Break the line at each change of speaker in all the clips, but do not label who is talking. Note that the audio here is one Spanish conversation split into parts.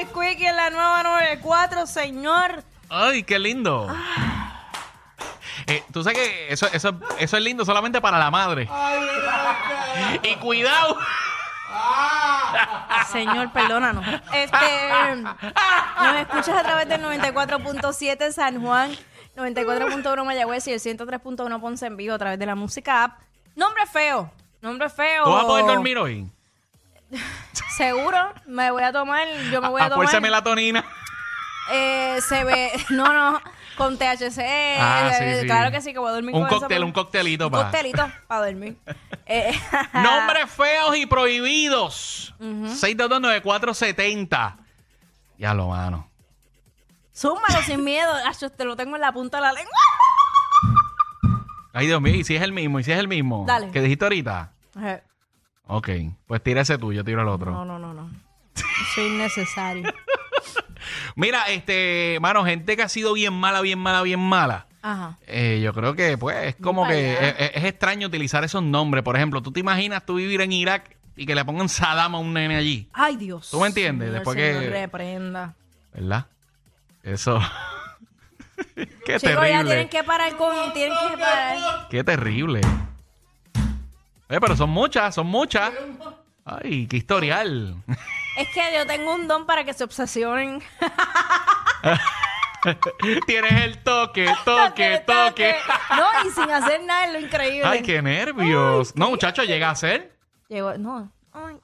el Quickie en la nueva 94, señor.
Ay, qué lindo. Eh, Tú sabes que eso, eso, eso es lindo solamente para la madre. Y cuidado.
Ah, Señor, perdónanos. Este, nos escuchas a través del 94.7 San Juan, 94.1 Mayagüez y el 103.1 Ponce en vivo a través de la música app. Nombre feo, nombre feo.
¿Tú vas a poder dormir hoy?
Seguro, me voy a tomar, yo me voy a,
A- a fuerza
tomar.
melatonina.
Eh, se ve, no, no, con THC.
Ah,
eh,
sí, sí.
Claro que sí, que voy a dormir
Un
con
cóctel,
eso,
un coctelito
Un
pa- Ah.
coctelito para dormir. Eh,
Nombres feos y prohibidos. 6229470. Ya lo mano.
Zúmbalo sin miedo. Acho, te lo tengo en la punta de la lengua.
Ay, Dios mío, y si es el mismo, y si es el mismo.
Dale.
Que dijiste ahorita.
Eh,
Ok, pues tira ese tú, yo tiro el otro.
No, no, no, no. Soy innecesario.
Mira, este, mano, gente que ha sido bien mala, bien mala, bien mala.
Ajá.
Eh, yo creo que, pues, es como
Muy
que
para
es, es extraño utilizar esos nombres. Por ejemplo, tú te imaginas tú vivir en Irak y que le pongan Saddam a un nene allí,
Ay, Dios.
¿Tú me entiendes?
Señor,
Después
señor,
que-
reprenda.
¿verdad? Eso. Qué
Chicos, ya
terrible.
tienen que parar con. Tienen que parar.
Qué terrible. Eh, pero son muchas, son muchas. Ay, qué historial.
Es que yo tengo un don para que se obsesionen.
Tienes el toque, toque, toque.
No, y sin hacer nada es lo increíble.
Ay, qué nervios. no, muchacho, llega a ser.
Llegó- No. Ay.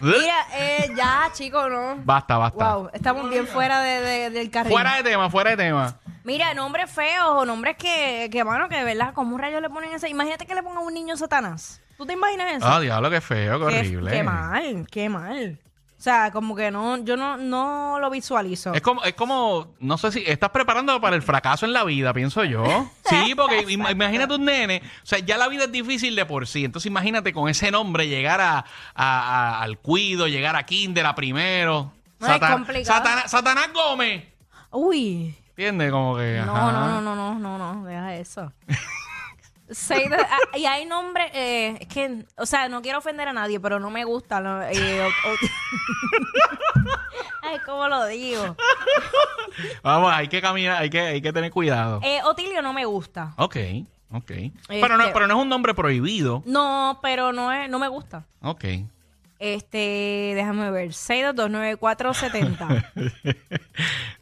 Mira, eh, ya, chicos, no.
Basta, basta.
Wow, estamos bien fuera de- de- del carril.
Fuera de tema, fuera de tema.
Mira, nombres feos o nombres que, que, mano, que de verdad, ¿cómo rayos le ponen ese? Imagínate que le pongan un niño Satanás. ¿Tú te imaginas eso?
Ah, diablo, qué feo, qué
Qué-
horrible.
Qué, mal, qué mal. O sea, como que no, yo no, no lo visualizo.
Es como, es como, no sé si estás preparando para el fracaso en la vida, pienso yo. Sí, porque im- imagínate un nene, o sea, ya la vida es difícil de por sí. Entonces imagínate con ese nombre llegar a, a- a- al cuido, llegar a Kinder a primero.
No, es complicado.
Satana- Satanás Gómez.
Uy,
¿Entiendes? Como que.
no,
ajá.
no, no, no, no, no, no, deja eso. Seis de- ah, y hay nombres, eh, es que, o sea, no quiero ofender a nadie, pero no me gusta. no, eh, o- o- Ay, ¿cómo lo digo?
Vamos, hay que caminar, hay que, hay que tener cuidado.
Eh, Otilio no me gusta.
Ok, ok. Pero, no,
Este-
pero no es un nombre prohibido.
No, pero no, es, no me gusta.
Ok.
Este, déjame ver, 6229470.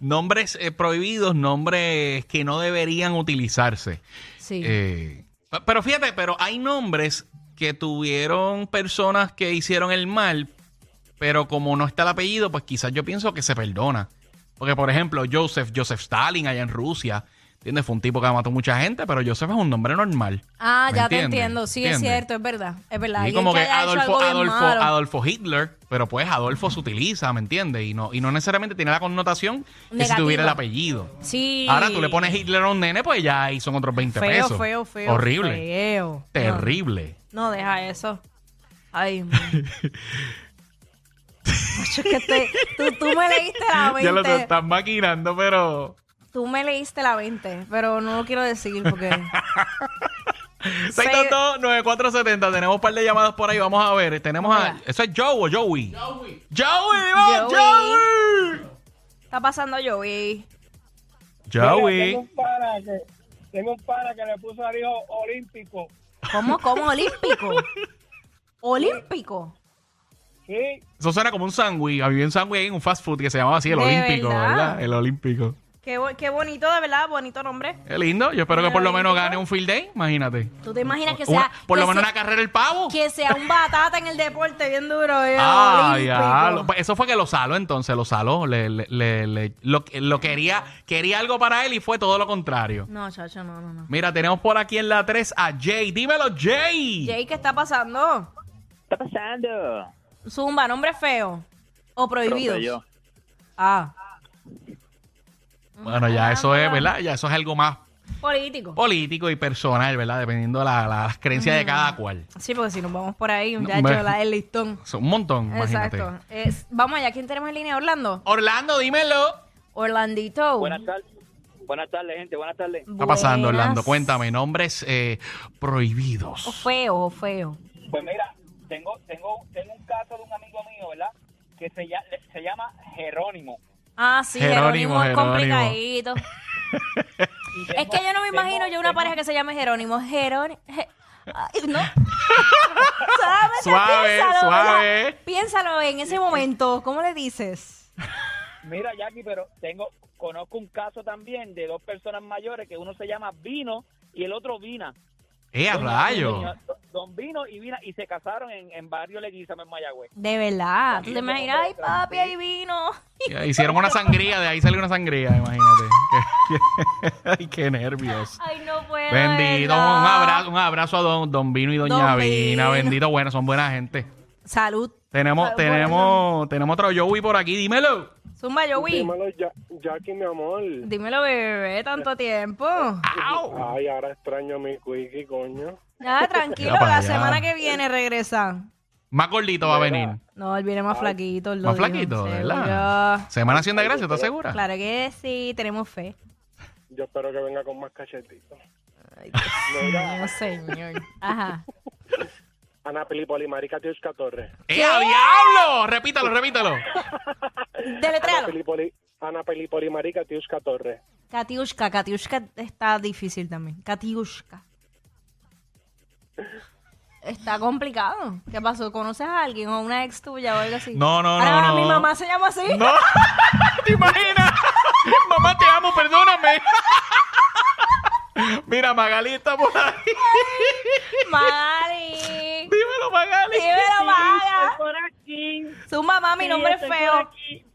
Nombres eh, prohibidos, nombres que no deberían utilizarse.
Sí.
Eh, pe- pero fíjate, pero hay nombres que tuvieron personas que hicieron el mal, pero como no está el apellido, pues quizás yo pienso que se perdona. Porque, por ejemplo, Joseph, Joseph Stalin allá en Rusia, ¿entiendes? Fue un tipo que mató mucha gente, pero Joseph es un nombre normal.
ah,
¿Me
ya te
entiendes?
entiendo. Sí, es
¿Entiendes?
cierto, es verdad. Es verdad.
Y
Alguien
como que
haya hecho algo
Adolfo,
bien
Adolfo,
malo.
Adolfo Hitler, pero pues Adolfo se utiliza, ¿me entiendes? Y no, y no necesariamente tiene la connotación que si
Negativa.
tuviera el apellido.
Sí.
Ahora tú le pones Hitler a un nene, pues ya ahí son otros 20
feo,
pesos.
feo, feo.
Horrible.
Feo.
Terrible.
No, no, deja eso. Ay, man. Macho, que te- tú, tú me leíste la
Ya lo te
20.
estás maquinando, pero.
Tú me leíste la 20, pero no lo quiero decir porque...
622-9470. Tenemos un par de llamadas por ahí. Vamos a ver. Tenemos a.
Hola.
¿Eso es Joe o Joey? Joey. Joey,
vamos,
Joey.
Está pasando yo, y...
Mira, Tengo un pana que, tengo un pana que le puso al hijo olímpico.
¿Cómo, cómo? ¿Olímpico? ¿Olímpico?
Sí,
Eso suena como un sándwich. Había un sándwich ahí en un fast food que se llamaba así el
De
Olímpico,
verdad.
¿verdad? El Olímpico.
Qué, bo- qué bonito, de verdad, bonito nombre.
Es lindo. Yo espero que
El
por lo menos
Olímpico.
gane un field day. Imagínate.
¿Tú te imaginas que sea...
Una- por
que
lo menos
sea-
una carrera el pavo.
Que sea un batata en el deporte bien duro. eh,
Ah,
olímpico.
ya. Lo- pues Eso fue que lo saló entonces, lo saló. Le, le- le- le- lo, lo quería, quería algo para él y fue todo lo contrario.
No, chacho, no, no, no.
Mira, tenemos por aquí en la 3 a Jay. Dímelo, Jay.
Jay, ¿qué está pasando?
está pasando?
Zumba, nombre feo. O prohibido.
Profe, yo.
Ah,
Bueno, ya eso es, ¿verdad? Ya eso es algo más
político.
Oh. político y personal, ¿verdad? Dependiendo la, la- las creencias de cada cual.
Sí, porque si nos vamos por ahí,
No,
ya
me-
hecho la, el listón.
Son un montón, imagínate.
Exacto. Es- vamos allá, ¿quién tenemos en línea? Orlando.
Orlando, dímelo.
Orlandito.
Buenas tardes. Buenas tardes, gente. Buenas tardes.
¿Qué está pasando,
Buenas.
Orlando? Cuéntame, nombres eh,
O
prohibidos.
feo, o feo.
pues mira, tengo, tengo, tengo un caso de un amigo mío, ¿verdad? que se, ya- se llama Jerónimo.
Ah, sí, Jerónimo,
Jerónimo,
es
Jerónimo.
complicadito.
Y
es
tengo-
que yo no me
tengo-
imagino yo una
tengo-
pareja que se llame Jerónimo. Jerónimo. no. Solamente
Suave,
piénsalo,
suave.
¿verdad? Piénsalo en ese momento. ¿Cómo le dices?
Mira, Jackie, pero tengo, conozco un caso también de dos personas mayores que uno se llama Vino y el otro Vina.
¡Eh, a
Don-
rayo!
Don, don Vino y Vina y se casaron en, en barrio Leguizamo en Mayagüez.
De verdad. Tú
Sí,
te imaginas, ay, papi, ahí vino.
Ya, Hicieron una sangría, de ahí salió una sangría, imagínate. Qué- Ay, qué nervios.
Ay, no puedo.
Bendito, un
¿verdad?
abrazo, un abrazo a don, don Vino y Doña
Don
Vina.
Vino.
Bendito, bueno, son buena gente.
Salud.
Tenemos,
Ay, bueno.
tenemos, tenemos otro Joey por aquí, dímelo.
Zumba, Joey.
Dímelo, Ya- Jackie, mi amor.
Dímelo, bebé, tanto tiempo.
¡Au!
Ay, ahora extraño a mi Quickie, coño.
Nada, tranquilo,
Mira para
la
allá.
semana que viene regresa.
Más gordito va a venir.
No, él viene más flaquito. él lo
Más
dijo,
flaquito,
seguro.
¿verdad? Semana Hacienda Gracia, ¿estás segura?
Claro que sí, tenemos fe.
Yo espero que venga con más cachetitos.
Ay, Dios mío, señor. Ajá.
Ana Pilipoli, Marica Tiushka Torres.
¡Eh, a diablo! Repítalo, repítalo.
Ana
Deletréalo.
Pilipoli, Ana Pilipoli, Marica Tiushka Torres.
Katiushka, Katiushka está difícil también. Katiushka. Está complicado. ¿Qué pasó? ¿Conoces a alguien o una ex tuya o algo así?
No, no,
Ah,
no, no.
mi mamá se llama así.
No, te imaginas. Mamá, te amo, perdóname. Mira, Magali está por ahí.
Mari.
Dímelo, Magali.
Dímelo, vaga.
por aquí.
Suma, mami,
Sí,
nombre es
estoy por
feo.
aquí.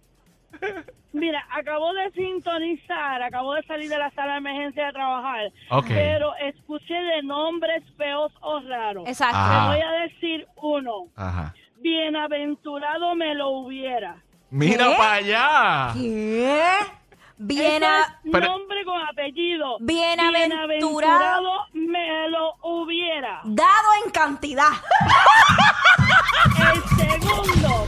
Mira, acabo de sintonizar, acabo de salir de la sala de emergencia de trabajar,
Ok.
pero escuché de nombres feos o raros.
Exacto.
Ah.
Voy a decir uno.
Ajá.
Bienaventurado me lo hubiera.
Mira
¿Qué?
para allá.
¿Qué? Bien,
Eso
a-
es
Pero-
nombre con apellido.
Bienaventurado.
Bienaventurado me lo hubiera.
dado en cantidad.
El segundo.